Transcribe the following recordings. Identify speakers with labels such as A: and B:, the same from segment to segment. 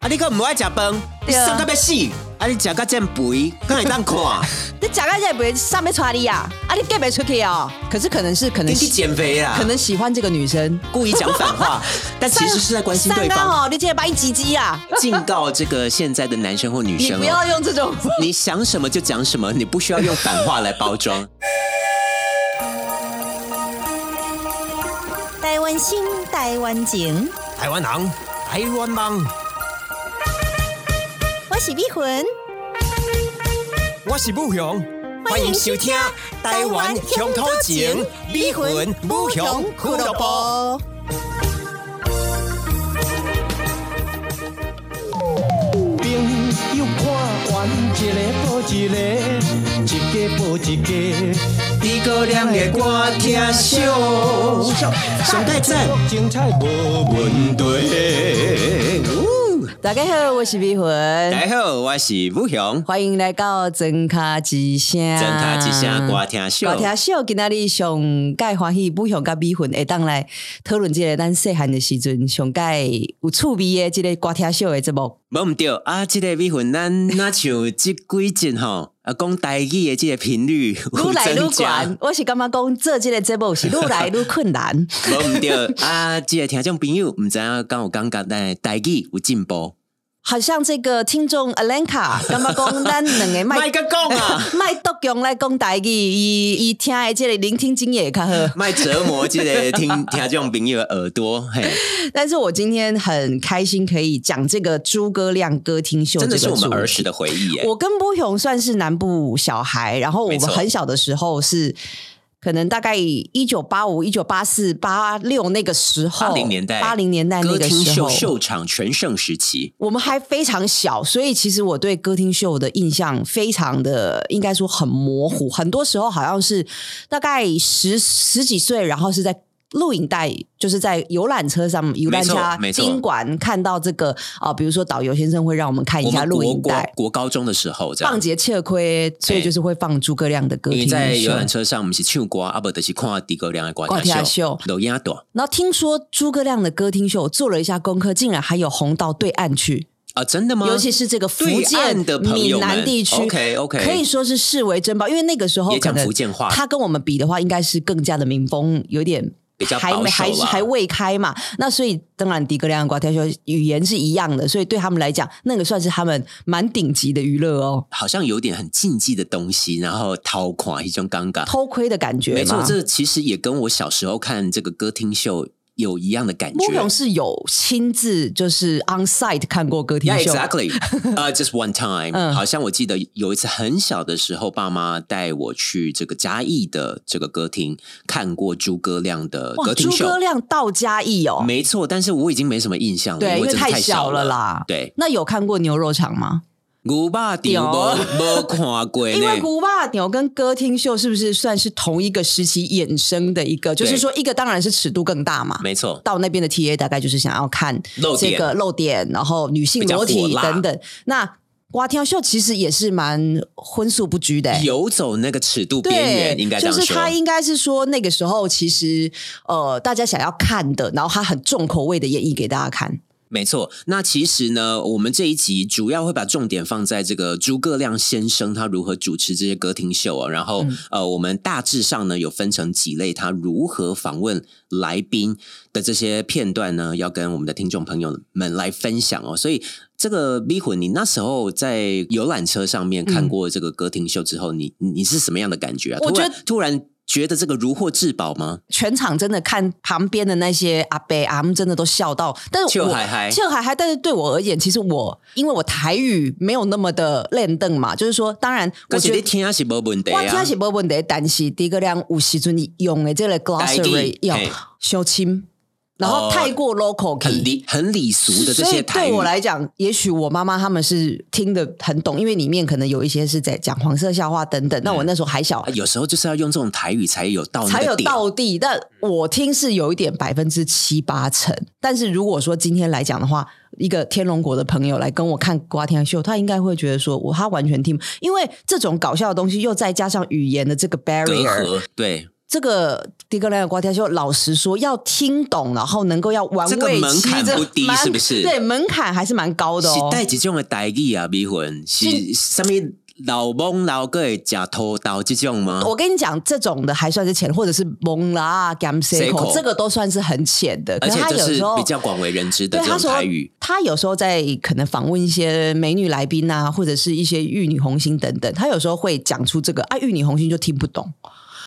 A: 啊，你个唔爱食饭，
B: 对
A: 你瘦到要死，啊，你食到这肥，敢会当看？
B: 你假干也不会上面传你呀、啊，啊你 get 不出去哦。
C: 可是可能是可能
A: 你去减肥啦，
C: 可能喜欢这个女生，
A: 故意讲反话， 但啊其实是在关心对
B: 上
A: 方。
B: 纲哦，你今天把你鸡鸡啊，
A: 警告这个现在的男生或女
B: 你
A: 生
B: 不
A: 哦
B: 要，用这种。
A: 你想什么就讲什么，你不需要用反话来 包装。
D: 台湾心，台湾情，
A: 台湾人，台湾梦，
D: 我是美魂，
A: 我是武雄，
D: 欢迎收
A: 听《
D: 台湾乡土情美魂武雄俱乐部。
E: 朋友看完一个报一个，一个报一个，
A: 诸葛亮的歌听秀，上盖赞。
E: 精彩无问题。
C: 大家好，我是碧魂，
A: 大家好，我是武雄，
C: 欢迎来到真卡之声，
A: 真他之声歌听秀
C: 哎歌。听秀，今仔日上盖欢喜，不上甲美魂会当来讨论这个咱细汉的时阵上盖有趣味的这个歌听秀的 节目。
A: 无毋对啊，即、个美魂咱若像即几集吼，啊讲台语的即个频率有
C: 愈来愈
A: 增加
C: 悬，我是感觉讲做这个节目是愈来愈困难。
A: 无毋对啊，即、个听众朋友毋知影敢有感觉，咱的台语有进步。
C: 好像这个听众 Alenka，感觉讲咱两个
A: 卖
C: 麦
A: 甲讲啊，
C: 麦德用来讲台语，伊伊听的这个聆听经验也较好。
A: 卖折磨即个听 听众朋友的耳朵，嘿，
C: 但是我今天很开心可以讲这个诸葛亮歌厅秀，
A: 真的是我们儿时。的回忆耶。
C: 我跟波雄算是南部小孩，然后我
A: 没
C: 们
A: 错
C: 很小的时候是。可能大概一九八五、一九八四、八六那个时候，
A: 八零年代，
C: 哦八零年代那
A: 歌
C: 个
A: 厅
C: 时
A: 秀
C: 候，
A: 秀场全盛时期，
C: 我们还非常小，所以其实我对歌厅秀的印象非常的，应该说很模糊。很多时候好像是大概十十几岁，然后是在录影带，就是在游览车上、游览车
A: 没错
C: 宾馆看到这个啊、比如说导游先生会让我们看一
A: 我
C: 下
A: 们
C: 哎录
A: 国
C: 影
A: 国
C: 带。
A: 国高中的时候，这样
C: 棒节切亏，所以就是会放诸葛亮的歌
A: 啊哎因
C: 厅
A: 为在
C: 秀。
A: 游览车上，我们是唱歌，啊不，就是看诸葛亮的歌
C: 歌
A: 听秀
C: 厅秀，
A: 抖音短
C: 然后听说诸葛亮的歌厅秀，我做了一下功课，竟然还有红到对岸去。
A: 啊，真的吗？
C: 尤其是这个福
A: 对岸
C: 建
A: 的朋友们
C: 闽南地区
A: OK，OK
C: 可以说是视为珍宝，因为那个时候
A: 也讲
C: 可能
A: 福建话
C: 他跟我们比的话，应该是更加的民风有点。
A: 比较
C: 还
A: 保
C: 没
A: 守啊
C: 还是
A: 啦
C: 还未开嘛，那所以当然迪格亮、瓜天秀语言是一样的，所以对他们来讲，那个算是他们蛮顶级的娱乐哦，
A: 好像有点很禁忌的东西，然后掏款一种尴尬。
C: 偷窥的感觉嘛。
A: 没错，这其实也跟我小时候看这个歌厅秀有一样的感
C: 慕
A: 觉。
C: 容是有亲自就是 on site 看过歌厅
A: Yeah,
C: 秀
A: exactly. 呃 just one time.
C: 嗯
A: 好像我记得有一次很小的时候，爸妈带我去这个嘉义的这个歌厅看过诸葛亮的
C: 哇，
A: 歌厅
C: 诸
A: 秀。
C: 葛亮到嘉义哦，
A: 没错，但是我已经没什么印象了，
C: 对，因为
A: 真的
C: 太
A: 太
C: 小
A: 了
C: 了。啦。
A: 对，
C: 那有看过牛肉场吗？
A: 牛肉店无无看过
C: 因为
A: 呢，
C: 古巴牛跟歌厅秀是不是算是同一个时期衍生的一个？就是说，一个当然是尺度更大嘛。
A: 没错，
C: 到那边的 TA 大概就是想要看
A: 露
C: 这
A: 点
C: 个露点，然后女性
A: 比较火
C: 裸体
A: 辣
C: 等等。那瓜天秀其实也是蛮荤素不拘的、欸。
A: 游走那个尺度边
C: 对
A: 缘，应该，这
C: 就
A: 样
C: 是
A: 说
C: 他。应该是说那个时候其实呃大家想要看的，然后他很重口味的演绎给大家看。
A: 没错，那其实呢，我们这一集主要会把重点放在这个诸葛亮先生他如何主持这些歌厅秀啊，然后、
C: 嗯
A: 呃，我们大致上呢有分成几类，他如何访问来宾的这些片段呢，要跟我们的听众朋友们来分享哦。所以这个逼魂，你那时候在游览车上面看过这个歌厅秀之后，你你你是什么样的感觉啊？
C: 嗯我
A: 突然
C: 觉得
A: 突然觉得这个如获至宝吗？
C: 全场真的看旁边的那些阿伯阿姆真的都笑到，但是
A: 笑
C: 我
A: 嗨嗨
C: 笑嗨嗨，但是对我而言，其实我因为我台语没有那么的练凳嘛，就是说，当然我
A: 而且
C: 觉
A: 你
C: 得。
A: 听啊是没问题
C: 我
A: 啊
C: 听，是没问题，但是诸葛亮有时阵用的这个
A: 台
C: glossary
A: 语
C: 要
A: 嘿
C: 小清，然后太过 local
A: 哎很
C: key，
A: 礼很礼俗的这
C: 所
A: 些
C: 以
A: 台
C: 对
A: 语
C: 我来讲，也许我妈妈他们是听得很懂，因为里面可能有一些是在讲黄色笑话等等。那我那时候还小
A: 啊，有时候就是要用这种台语才有到那个
C: 才有
A: 点
C: 到地。但我听是有一点百分之七八成，但是如果说今天来讲的话，一个天龙国的朋友来跟我看瓜天秀，他应该会觉得说我他完全听不，因为这种搞笑的东西又再加上语言的这个
A: 隔
C: barrier。
A: 阂。对，
C: 这个迪格兰的瓜田秀，老实说，要听懂，然后能够要玩
A: 这个
C: 味
A: 门
C: 期
A: 槛
C: 这
A: 不低
C: 蛮
A: 是不是
C: 对，门槛还是蛮高的
A: 是
C: 哦。
A: 带一种的代语啊，米魂是什么老翁老个会假偷刀这种吗？
C: 我跟你讲，这种的还算是浅，或者是蒙啦、g a m s e
A: Seiko
C: o 这个都算是很浅的。可
A: 而且
C: 他
A: 就
C: 有
A: 是
C: 时候
A: 比较广为人知的
C: 对
A: 这
C: 他
A: 种
C: 说
A: 台语，，
C: 他有时候在可能访问一些美女来宾啊，或者是一些玉女红星等等，他有时候会讲出这个啊，玉女红星就听不懂，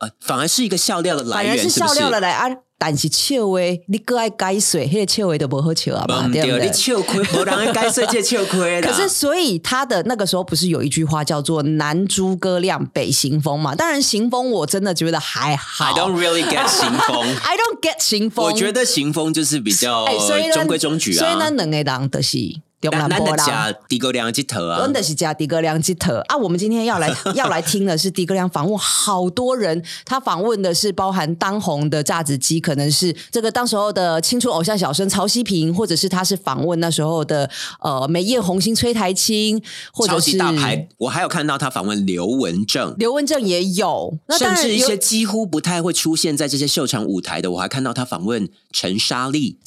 A: 呃，反而是一个笑料的来
C: 反而
A: 源，
C: 是
A: 是不
C: 笑
A: 是？
C: 料了来啊。但是笑诶，你哥爱改水，那个笑诶都不喝球啊嘛，
A: 不
C: 对不
A: 嗯哦对，
C: 对
A: 你？笑亏，无人会该世界笑亏啦。
C: 可是，所以他的那个时候不是有一句话叫做“南诸葛亮，北行风”嘛？当然，行风我真的觉得还好
A: I don't really get 行风
C: ，I don't get 行 风。
A: 我觉得行风就是比较
C: 哎，所以呢
A: 中规中矩啊。
C: 所以呢，两个人就是中
A: 咱
C: 南
A: 咱
C: 波
A: 的
C: 啦。
A: 假嗯地沟粮鸡头啊
C: 真，的是加迪哥亮吉特啊！我们今天要 来要来听的是迪哥亮访问好多人，他访问的是包含当红的榨汁机，可能是这个当时候的青春偶像小生曹希平，或者是他是访问那时候的呃美艳红星崔台青，或者
A: 超
C: 是
A: 级大牌。我还有看到他访问刘文正。
C: 刘文正也有，那
A: 甚
C: 当然
A: 至一
C: 有
A: 些几乎不太会出现在这些秀场舞台的，我还看到他访问陈莎莉，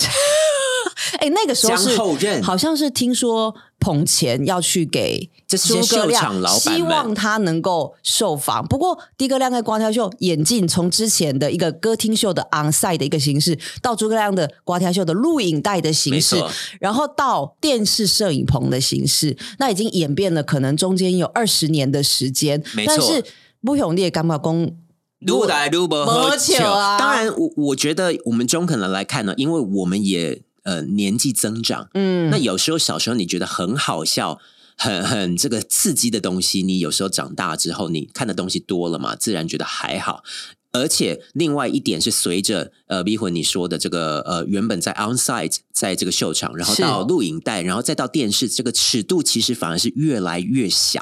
C: 哎、那个时候是
A: 江后任
C: 好像是听说捧钱要去给
A: 这些
C: 诸葛
A: 秀场
C: 亮，
A: 老板们
C: 希望他能够受访。不过，的哥亮在瓜条秀演进从之前的一个歌厅秀的 on site 的一个形式，到诸葛亮的瓜条秀的录影带的形式
A: 没错，
C: 然后到电视摄影棚的形式，那已经演变了，可能中间有二十年的时间。
A: 没错
C: 但是不勇烈干嘛公
A: 撸来撸不喝
C: 没
A: 酒
C: 酒啊
A: 当然，我我觉得我们中肯的来看呢，因为我们也呃年纪增长，
C: 嗯
A: 那有时候小时候你觉得很好笑。很很这个刺激的东西，你有时候长大之后，你看的东西多了嘛，自然觉得还好。而且另外一点是，随着呃，逼魂你说的这个呃，原本在 on site 在这个秀场，然后
C: 是
A: 到录影带，然后再到电视，这个尺度其实反而是越来越小。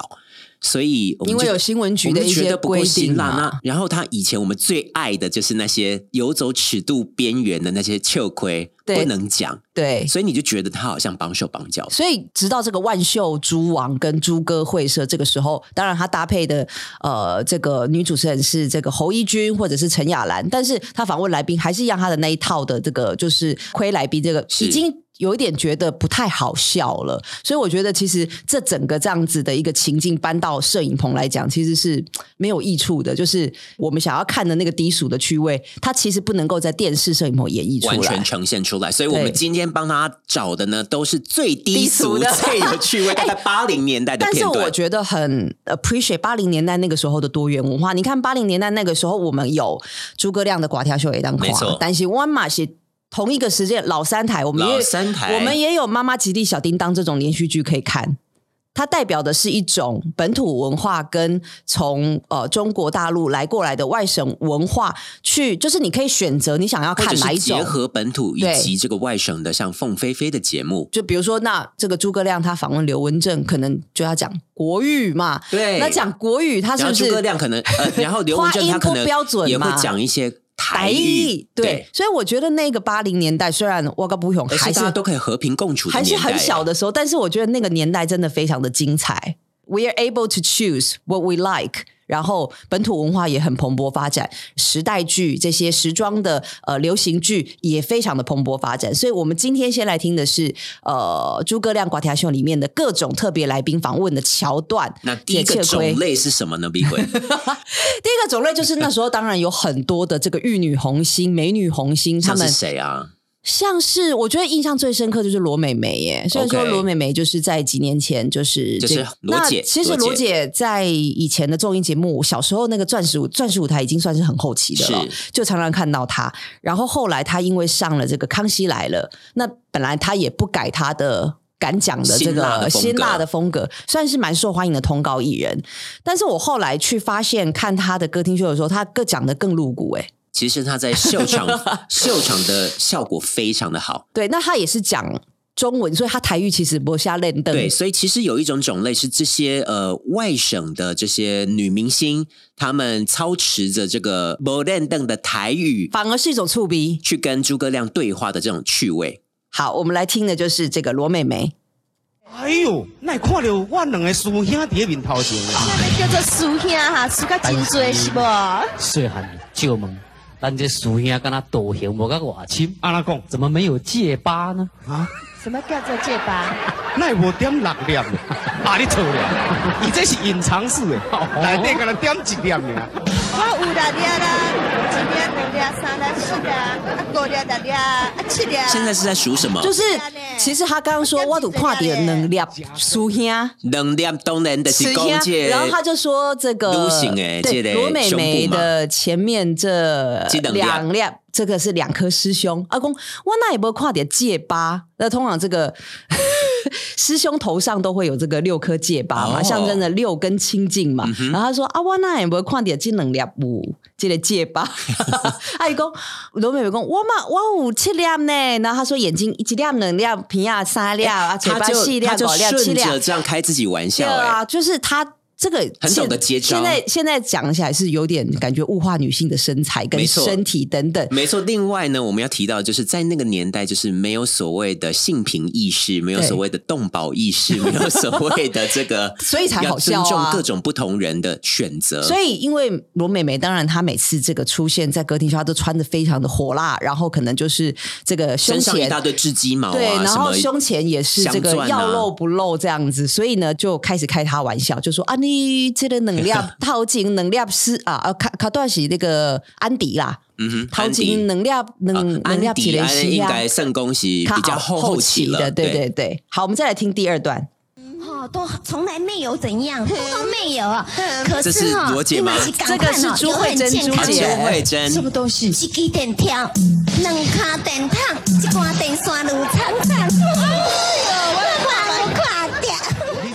A: 所以我们
C: 因为
A: 就
C: 有新闻局的一
A: 我们觉
C: 些
A: 得不够
C: 规
A: 辛
C: 定
A: 辣。啊
C: 嘛
A: 那然后他以前我们最爱的就是那些游走尺度边缘的那些秋葵，
C: 对
A: 不能讲，
C: 对，
A: 所以你就觉得他好像绑手绑脚。
C: 所以，直到这个万秀珠王跟朱哥会社这个时候，当然她搭配的呃，这个女主持人是这个侯一君或者是陈雅兰，但是她访问来宾还是一样，她的那一套的这个就是亏来宾这个
A: 是
C: 已经。有一点觉得不太好笑了，所以我觉得其实这整个这样子的一个情境搬到摄影棚来讲，其实是没有益处的。就是我们想要看的那个低俗的趣味，它其实不能够在电视摄影棚演绎出来，
A: 完全呈现出来，所以我
C: 对
A: 们今天帮他找的呢，都是最低俗、哎
C: 低俗的
A: 最有趣味，大 概八零年代的
C: 但
A: 片
C: 是
A: 段。
C: 我觉得很 appreciate 八零年代那个时候的多元文化。你看八零年代那个时候，我们有诸葛亮的寡条秀也当
A: 没
C: 夸
A: 错，
C: 但是万马是同一个时间老三台，我们也
A: 老三台
C: 我们也有《妈妈吉利小叮当》这种连续剧可以看。它代表的是一种本土文化，跟从呃中国大陆来过来的外省文化去，就是你可以选择你想要
A: 或者
C: 看哪
A: 是
C: 一种，
A: 结合本土以
C: 对
A: 及这个外省的，像凤飞飞的节目，
C: 就比如说，那这个诸葛亮他访问刘文正，可能就要讲国语嘛。
A: 对
C: 那讲国语，他是
A: 然后
C: 不
A: 诸葛
C: 是
A: 亮可能，呃、然后刘文正
C: 发音
A: 他可
C: 不
A: 能
C: 标准嘛
A: 也会讲一些台
C: 台语？对，
A: 对，
C: 所以我觉得那个八零年代，虽然我跟不勇
A: 而且
C: 还是
A: 大家都可以和平共处的
C: 还是
A: 年代啊
C: 很小的时候，但是我觉得那个年代真的非常的精彩。We are able to choose what we like。然后本土文化也很蓬勃发展，时代剧这些时装的呃流行剧也非常的蓬勃发展，所以我们今天先来听的是呃诸葛亮寡条秀里面的各种特别来宾访问的桥段。
A: 那第一
C: 也
A: 个
C: 切亏
A: 种类是什么呢？ 碧魂，
C: 第一个种类就是那时候当然有很多的这个玉女红星、美女红星，她
A: 像
C: 们
A: 是谁啊？
C: 像是我觉得印象最深刻就是罗美美耶，虽然说
A: OK
C: 罗美美就是在几年前就是
A: 就是
C: 这个
A: 罗
C: 那
A: 姐
C: 其实
A: 罗
C: 罗姐在以前的综艺节目，我小时候那个钻石舞钻石舞台已经算是很后期的了，就常常看到她。然后后来她因为上了这个《康熙来了》，那本来她也不改她的。敢讲的这
A: 辛辣的
C: 个
A: 风格
C: 辛辣的风格，算是蛮受欢迎的通告艺人。但是我后来去发现，看她的歌厅秀的时候，她各讲的更露骨、欸，
A: 其实他在秀场 秀场的效果非常的好，
C: 对，那他也是讲中文，所以他台语其实不下练凳。
A: 对，所以其实有一种种类是这些呃外省的这些女明星，她们操持着这个 b 练凳的台语
C: 反而是一种触鼻。
A: 去跟诸葛亮对话的这种趣味。
C: 好，我们来听的就是这个罗妹妹，
F: 哎呦，那看到我两个师兄伫咧面头前，
B: 叫做师兄哈，输甲真多是无？
G: 细汉借问，咱这师兄敢若道行无甲外深，
F: 安那讲
G: 怎么没有戒疤呢？
B: 什么叫做戒疤？
F: 那无点六粒，啊你错了，伊这是隐藏式的，内底敢若点一粒尔。
B: 我有六粒啦，一粒、两粒、三粒、四粒，啊五粒、六粒、啊七粒。
A: 现在是在数什么？
C: 就是其实他刚刚说我都跨点能力输兄。
A: 能量当然的是
C: 吃
A: 勾
C: 香
A: 结，
C: 然后他就说这
A: 女
C: 个
A: 性的这
C: 对
A: 个
C: 罗美眉的前面这
A: 胸部嘛这两粒
C: 两粒，这个是两颗师兄。阿公，我那也不跨点戒疤。那通常这个 师兄头上都会有这个六颗戒疤嘛，
A: 哦嗯
C: 象征着六根清净嘛。然后他说啊，我那也不跨点这两粒五。这个戒疤， 阿姨公罗美美公，我嘛我有七粒呢，然后他说眼睛一粒两粒，鼻啊三粒啊，嘴
A: 欸他
C: 巴
A: 就
C: 四粒，啊
A: 他就
C: 五粒七
A: 顺
C: 粒，
A: 着这样开自己玩笑、
C: 对
A: 哎、
C: 啊，就是他这个
A: 很懂得接招
C: 现在现在讲起来是有点感觉物化女性的身材
A: 没
C: 跟
A: 错
C: 身体等等。
A: 没错，另外呢，我们要提到，就是在那个年代，就是没有所谓的性平意识，没有
C: 对
A: 所谓的动保意 识，没有所谓的这个，
C: 所以才好笑
A: 要尊
C: 啊
A: 重各种不同人的选择。
C: 所以，因为罗美美，当然她每次这个出现在歌厅秀，她都穿的非常的火辣，然后可能就是这个胸
A: 身上一
C: 前
A: 大堆织鸡毛啊，
C: 对，然
A: 什
C: 后
A: 么
C: 胸前也是这
A: 镶
C: 个
A: 钻啊
C: 要露不露这样子，所以呢就开始开他玩笑，就说啊你这个能 量掏金能量是啊啊卡卡段是那个安迪啦，
A: 嗯哼，
C: 掏
A: 安迪
C: 金嗯能量
A: 啊
C: 能能
A: 安
C: 量几
A: 迪
C: 连
A: 安
C: 西
A: 应
C: 啊，
A: 该肾恭喜比较后后期了，
C: 的，对对对。好，我们再来听第二段。
H: 哦，都从来没有怎样，通通没有啊。可
A: 这是
H: 是哈，
A: 罗姐吗
H: 你们是赶快
C: 这个
H: 哦
C: 是朱慧珍
H: 有
A: 啊，
H: 很健康
A: 朱
C: 朱姐
A: 慧珍
H: 什么东西？一支电条，两卡电筒，一罐电线炉长长。哎呦，我看我看掉。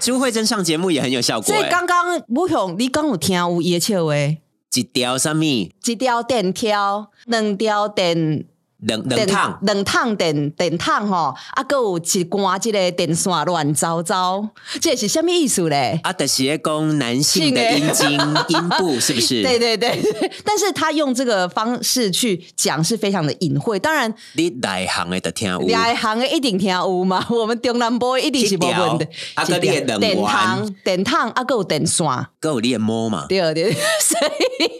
A: 朱慧珍上节目也很有效果、
C: 所以
A: 哎，
C: 刚刚吴勇，你刚有听有野笑诶，
A: 一条什么
C: 一条电条，两条电。
A: 冷冷烫，
C: 电冷烫电电烫吼，啊，还有一罐即个电线乱糟糟，这是什么意思嘞？
A: 啊，的是供男性的阴 茎阴部是不是？
C: 对对对， 但是他用这个方式去讲是非常的隐晦。当然，
A: 你内行的就听有，
C: 两行的一定听有嘛， 我们中南部一定是无问的
A: 一条。啊还有你的
C: 电
A: 两丸
C: 烫、电烫，啊，还有电线，
A: 还有你的摸嘛？
C: 对对， 所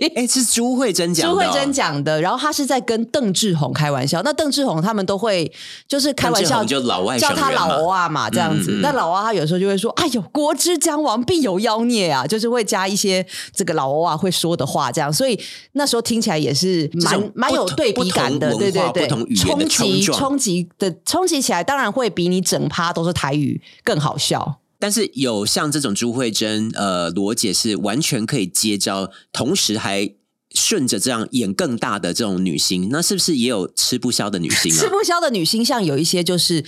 C: 以
A: 哎，是朱慧珍讲的哦，
C: 朱慧珍讲的，然后他是在跟邓志宏开玩笑。那邓志宏他们都会就是开玩笑，
A: 邓志宏就老外省
C: 叫
A: 人嘛
C: 他老欧啊嘛，这样子。
A: 嗯嗯
C: 那老欧啊，他有时候就会说：“哎呦，国之将亡，必有妖孽啊！”就是会加一些这个老欧啊会说的话，这样。所以那时候听起来也是
A: 这
C: 蛮
A: 种
C: 蛮有
A: 不同
C: 对比感的，
A: 不同
C: 对
A: 文
C: 对
A: 化
C: 对，
A: 不同语言的
C: 冲击
A: 冲撞
C: 冲击的冲击起来，当然会比你整趴都是台语更好笑。
A: 但是有像这种朱慧珍、呃罗姐是完全可以接招，同时还顺着这样演更大的这种女星，那是不是也有吃不消的女星
C: 吃
A: 啊？
C: 不消的女星，像有一些就是。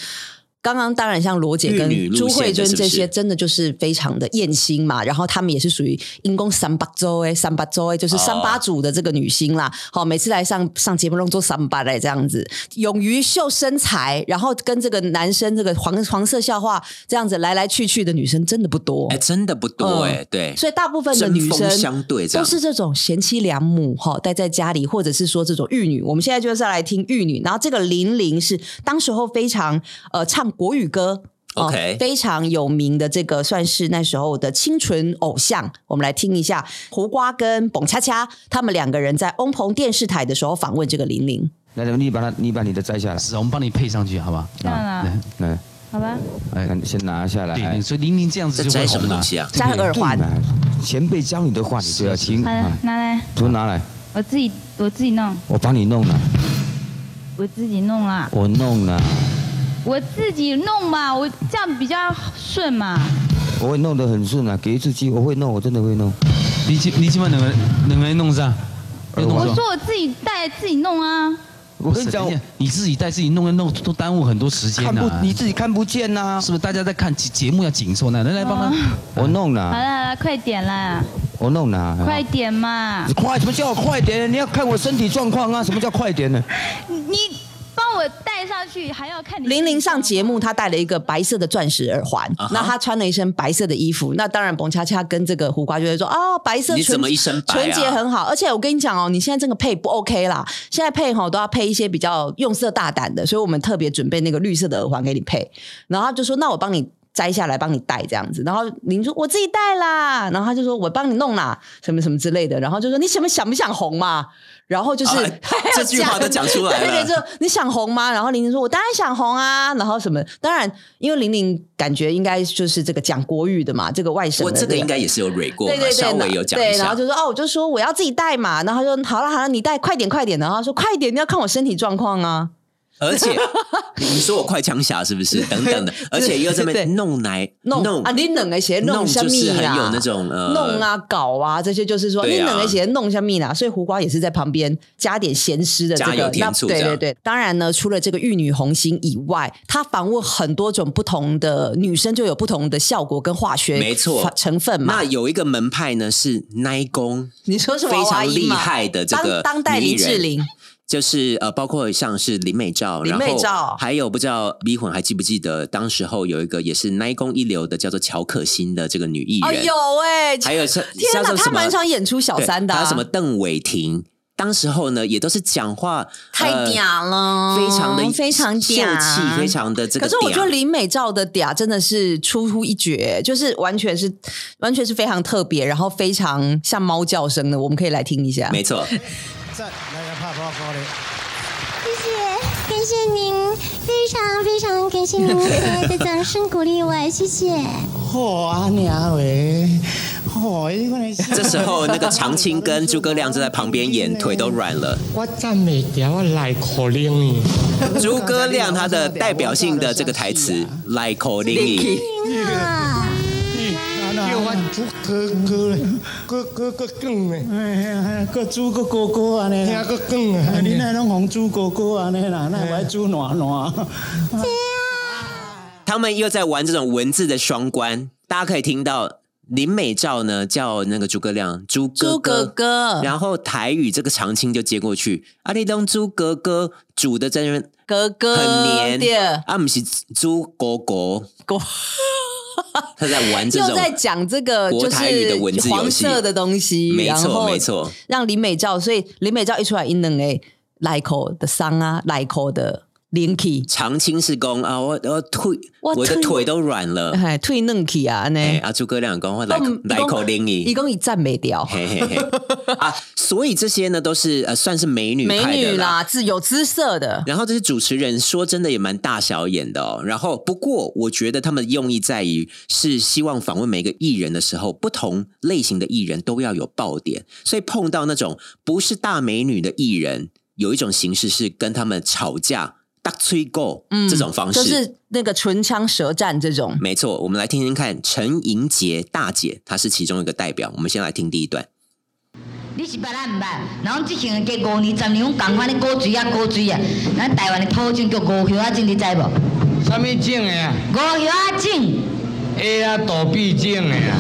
C: 刚刚当然像罗姐
A: 玉女路
C: 跟朱慧
A: 线的
C: 珍
A: 是不
C: 这
A: 是
C: 些，真的就是非常的艳星嘛。然后她们也是属于因公三八周哎，三八周哎，就是
A: 哦
C: 三八组的这个女星啦。好、每次来上上节目弄做三八嘞这样子，勇于秀身材，然后跟这个男生这个黄黄色笑话这样子来来去去的女生真的不多。
A: 哎，真的不多哎、
C: 嗯
A: 对，
C: 所以大部分的女
A: 针
C: 生
A: 锋相对这
C: 都
A: 样
C: 是这种贤妻良母哈，待在家里，或者是说这种玉女。我们现在就是要来听玉女，然后这个玲玲是当时候非常呃唱国语歌。哦
A: OK
C: 非常有名的这个算是那时候的清纯偶像，我们来听一下胡瓜跟蹦恰恰他们两个人在翁鹏电视台的时候访问这个玲玲。
I: 来，你把它，你把你的摘下来，
G: 是啊，我们帮你配上去，好吧？啊哎
J: 当然了，
I: 来，
J: 好吧，
I: 来，哎先拿下来。
G: 对对，所以玲玲这样子
A: 在
G: 就
A: 摘
G: 会
A: 什么
G: 红
A: 东
G: 了。
A: 西啊？
C: 摘耳环，哎
I: 哎前辈教你的话，你就要听
J: 好的
G: 嗯
I: 啊。，
J: 拿来，
I: 都拿来，
J: 我自己我自己弄，
I: 我帮你弄了，啊
J: 我自己弄啦，
I: 我弄啊了，
J: 我自己弄嘛，我这样比较顺嘛。
I: 我会弄得很顺啊，给一次机会，我会弄，我真的会弄。
G: 你起你起码能个能个弄上，要弄
J: 我
G: 上。
J: 说我自己带自己弄啊，
I: 我跟你讲
G: 不，是等一下你自己带自己弄一弄，都耽误很多时间
I: 看
G: 呐、
I: 不你自己看不见呐
G: 是，不是？大家在看节节目要紧凑呢，来来帮他。
I: 我弄
J: 好了
I: 了，
J: 好了，快点啦，
I: 我弄啊了，
J: 快点嘛
I: 你，快！什么叫我快点？你要看我身体状况啊！什么叫快点呢？
J: 你你帮我带戴上去还要看你
C: 玲玲上节目，她戴了一个白色的钻石耳环
A: 啊哈
C: 那她穿了一身白色的衣服。那当然，彭恰恰跟这个胡瓜就会说啊，白色
A: 你
C: 纯
A: 怎么一身白啊
C: 纯洁很好。而且我跟你讲哦，你现在这个配不 OK 啦，现在配吼都要配一些比较用色大胆的，所以我们特别准备那个绿色的耳环给你配。然后她就说，那我帮你。摘下来帮你戴这样子，然后玲说我自己戴啦，然后她就说我帮你弄啦，什么什么之类的，然后就说你想不想不想红嘛，然后就是、
A: 啊这句话都讲出来了
C: 对对对，就 你想红吗？然后玲玲说：“我当然想红啊。”然后什么？当然，因为玲玲感觉应该就是这个讲国语的嘛，这个外省
A: 我
C: 的、
A: 这个应
C: 该。
A: 该也是有蕊过
C: 对
A: 嘛，
C: 对对，
A: 稍微
C: 那
A: 有讲一
C: 对，然后
A: 下。
C: 就说哦，我就说我要自己带嘛，然后他就好了好了，你带快点快点，然后他说快点，你要看我身体状况啊，
A: 而且你说我快枪侠是不是？等等的，而且又这
C: 对
A: 边弄来
C: 弄
A: 弄
C: 啊，你冷一些
A: 弄
C: 下
A: 就是
C: 蜜
A: 很
C: 啦，
A: 有那种呃
C: 弄啊搞啊这些，就是说、
A: 对
C: 你
A: 啊
C: 冷一些弄下蜜啦，所以胡瓜也是在旁边加点咸湿的这
A: 加油
C: 个，
A: 添醋
C: 对
A: 这
C: 对
A: 样
C: 对。当然呢，除了这个玉女红心以外，它访问很多种不同的女生，就有不同的效果跟化学
A: 没错
C: 发成分嘛
A: 那。有一个门派呢是奶工，
C: 你说什么
A: 非
C: 娃娃
A: 常
C: 音
A: 厉
C: 嘛
A: 害的这
C: 当
A: 个
C: 当代
A: 女艺
C: 林志
A: 人
C: 玲，
A: 就是呃，包括像是林美照，
C: 林美照
A: 然后还有不知道迷魂还记不记得，当时候有一个也是奶工一流的叫做乔可欣的这个女艺
C: 哦
A: 人，
C: 有哎、
A: 还有是
C: 天
A: 叫
C: 哪，
A: 做
C: 她
A: 什么
C: 蛮常演出小
A: 对
C: 三的、啊，
A: 还有什么邓伟婷，当时候呢也都是讲话
C: 太
A: 呃
C: 嗲了
A: 非常的
C: 非常
A: 秀
C: 嗲
A: 气，非常的这个
C: 可
A: 嗲。
C: 是我觉得林美照的嗲真的是出乎一绝，就是完全是完全是非常特别，然后非常像猫叫声的，我们可以来听一下。
A: 没错，
E: 赞，来来拍拍鼓嘞！
H: 谢谢，感谢您，非常非常感谢您的掌声鼓励我，谢谢。
E: 好啊，娘喂，好，你看
A: 这时候那个常青跟诸葛亮就在旁边演，腿都软了。
E: 我赞美掉，我来可怜你。
A: 诸葛亮他的代表性的这个台词 “like calling”，
H: 您啊，
E: 叫我猪哥哥嘞，哥哥哥更嘞，
K: 哎呀，个煮个哥哥安尼
E: 听
K: 啦，
E: 个更啊！
K: 啊
E: 你
K: 你
E: 那
K: 那拢红煮哥哥安尼啦，那爱煮暖暖。
A: 他们又在玩这种文字的双关。大家可以听到林美照呢叫那个诸葛亮“诸哥
C: 猪哥
A: 哥”，
C: 哥，
A: 然后台语这个常青就接过去，啊阿里东猪哥哥煮的真人
C: 哥哥
A: 很黏
C: 对，
A: 啊，不是猪哥哥，
C: 哥
A: 他在玩这
C: 又
A: 种
C: 在讲这个
A: 国
C: 就
A: 台语的文字游
C: 是
A: 戏
C: 黄色的东西，
A: 没
C: 然
A: 错
C: 后
A: 没错，
C: 让林美照，所以林美照一出来，音能哎，来口的伤啊，来口的 linky，
A: 常青是公啊，我我腿
C: 我
A: 我的
C: 腿
A: 腿都软了。
C: 哎，退嫩去啊，呢。
A: 哎，啊，诸葛亮讲我来
C: 哦嗯
A: 来口令
C: 一
A: 你。
C: 共一赞美掉，
A: 嘿嘿 嘿，啊，所以这些呢都是呃算是美女
C: 美
A: 派的
C: 女
A: 啦。
C: 啦，自有姿色的。
A: 然后这些主持人说真的也蛮大小眼的哦。然后不过我觉得他们的用意在于是希望访问每个艺人的时候，不同类型的艺人都要有爆点，所以碰到那种不是大美女的艺人，有一种形式是跟他们吵架、大吹够
C: 嗯
A: 这种方式。
C: 就是那个唇枪舌战这种。
A: 没错，我们来听听看陈莹洁大姐，她是其中一个代表。我们先来听第一段。
L: 你是捌咱毋捌？然后即行加五年、十年，阮共款的古锥啊、古锥啊，咱台湾的土种叫五叶仔种，你知无？
K: 什么种的啊？
L: 五叶仔种，
K: 鞋啊，肚皮种的啊，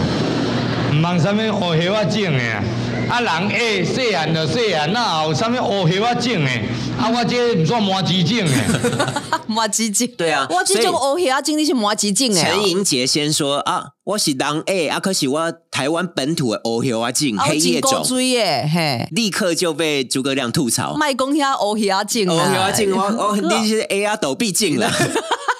K: 毋通什么乌叶啊种的啊。啊，人诶，细汉就细汉，哪有什么乌叶啊种的？啊，我这毋算麻子种的。
C: 麻吉镜，
A: 嗯对啊
C: 哇，这
A: 所以
C: 种欧黑啊，经历是麻吉镜哎
A: 陈。莹洁先说啊，我是人 A 啊，可是我台湾本土的欧
C: 哦
A: 黑啊镜黑夜种，
C: 追耶，嘿，
A: 立刻就被诸葛亮吐槽。
C: 卖公遐欧黑啊镜，
A: 欧黑啊镜，我哦，
C: 嗯
A: 你是 A 啊抖必镜了，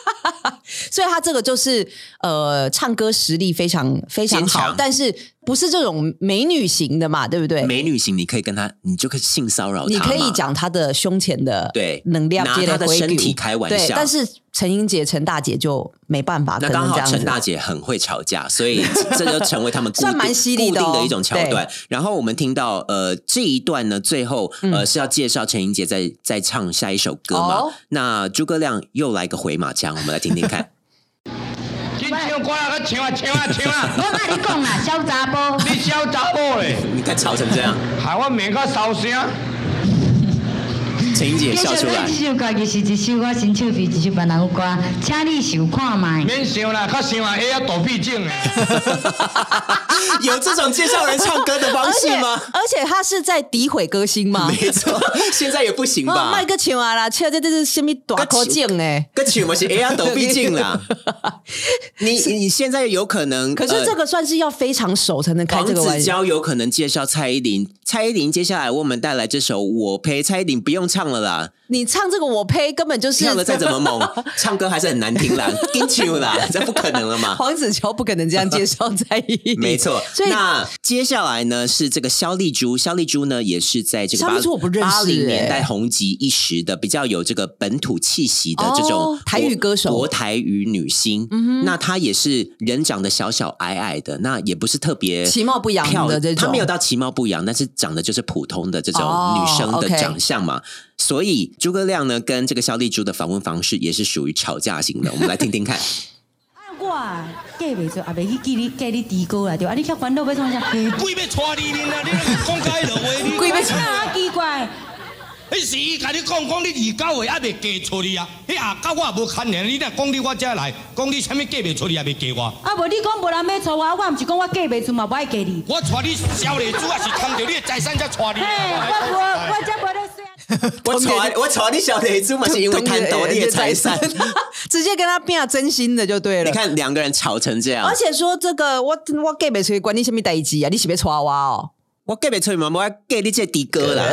C: 所以他这个就是呃，唱歌实力非常非常
A: 坚
C: 好
A: 强，
C: 但是不是这种美女型的嘛，对不对？
A: 美女型你可以跟她，你就可以性骚扰她
C: 你
A: 嘛
C: 可以讲她的胸前的
A: 对
C: 能量，
A: 拿
C: 接
A: 她的
C: 回
A: 身
C: 流
A: 体开玩
C: 对
A: 笑
C: 但是陈英杰、陈大姐就没办法，
A: 那
C: 可能
A: 刚好
C: 这样
A: 陈
C: 子
A: 大姐很会吵架，所以这这就成为他 们固定
C: 算蛮犀利的哦
A: 固定的一种桥段。然后我们听到呃这一段呢，最后呃、是要介绍陈英杰在在唱下一首歌嘛？
C: 嗯哦
A: 那诸葛亮又来个回马枪，我们来听听 看。
K: 紧唱歌啊，佮唱啊唱啊唱
L: 我
K: 啊！
L: 甲你讲啦，小查甫，
K: 你小查某嘞，
A: 你看吵成这样，
K: 害我面较烧声。
A: 陈英杰也笑出来
L: 这。首歌其实一首我新唱片，一首别人的歌，请你想看卖。
K: 免想啦，较想啊，鞋啊，肚皮种的。
A: 有这种介绍人唱歌的方式吗？
C: 而且而且他是在诋毁歌星吗？
A: 没 错，现在也不行吧
C: 啊卖个钱完啦，现在这是什么短口径哎？
A: 跟曲 们是 A 呀，抖毕竟啦。你你现在有可能，
C: 可是
A: 呃
C: 这个算是要非常熟才能开
A: 黄
C: 这个玩
A: 子
C: 笑。
A: 佼有可能介绍蔡依林，蔡依林接下来为我们带来这首《我陪蔡依林》，不用唱了啦，
C: 你唱这个我呸，根本就是
A: 跳的再怎么猛，唱歌还是很难听 啦，跟球啦，这不可能了嘛。，
C: 黄子佼不可能这样介绍在意
A: 没错，
C: 所以
A: 那接下来呢是这个肖丽珠，肖丽珠呢也是在这个
C: 肖丽珠我不认识
A: 八零年代
C: 欸
A: 红极一时的，比较有这个本土气息的这种、
C: 哦台语歌手
A: 国台语女星。
C: 嗯哼
A: 那她也是人长得小小矮矮的，那也不是特别
C: 其貌不扬的
A: 漂亮
C: 这种
A: 她没有到其貌不扬，但是长得就是普通的这种
C: 哦
A: 女生的
C: OK
A: 长相嘛。所以诸葛亮呢跟这个肖丽珠的访问方式也是属于吵架型的，我们来听听 看。
M: 我啊嫁袂做，也袂去记你嫁你猪哥啦，对啊，你遐烦恼要创啥？
N: 鬼要娶你面啊！你讲甲迄落话，你
M: 鬼要娶啊奇怪，
N: 迄时伊甲你讲，讲你二九岁还未嫁出去啊！你下到我也无牵连，你若讲你我遮来，讲你啥物嫁袂出去，也未嫁我。
M: 啊无你讲无人要娶我，我毋是讲我嫁袂出嘛，无爱嫁你。
N: 我娶你小丽珠，也是贪着你的财产才娶你
M: 嘿，我无我才
H: 哎
M: 无咧说。
A: 我吵我吵你小雷猪嘛，是因为贪斗你的财产。
C: 直接跟他变真心的就对了
A: 你。看啊两个人吵成这样，
C: 而且说这个我我 gay 没吹，管你什么代志啊，你是被抓娃哦。
A: 我 get 不出妈妈，我 get 你这的哥啦。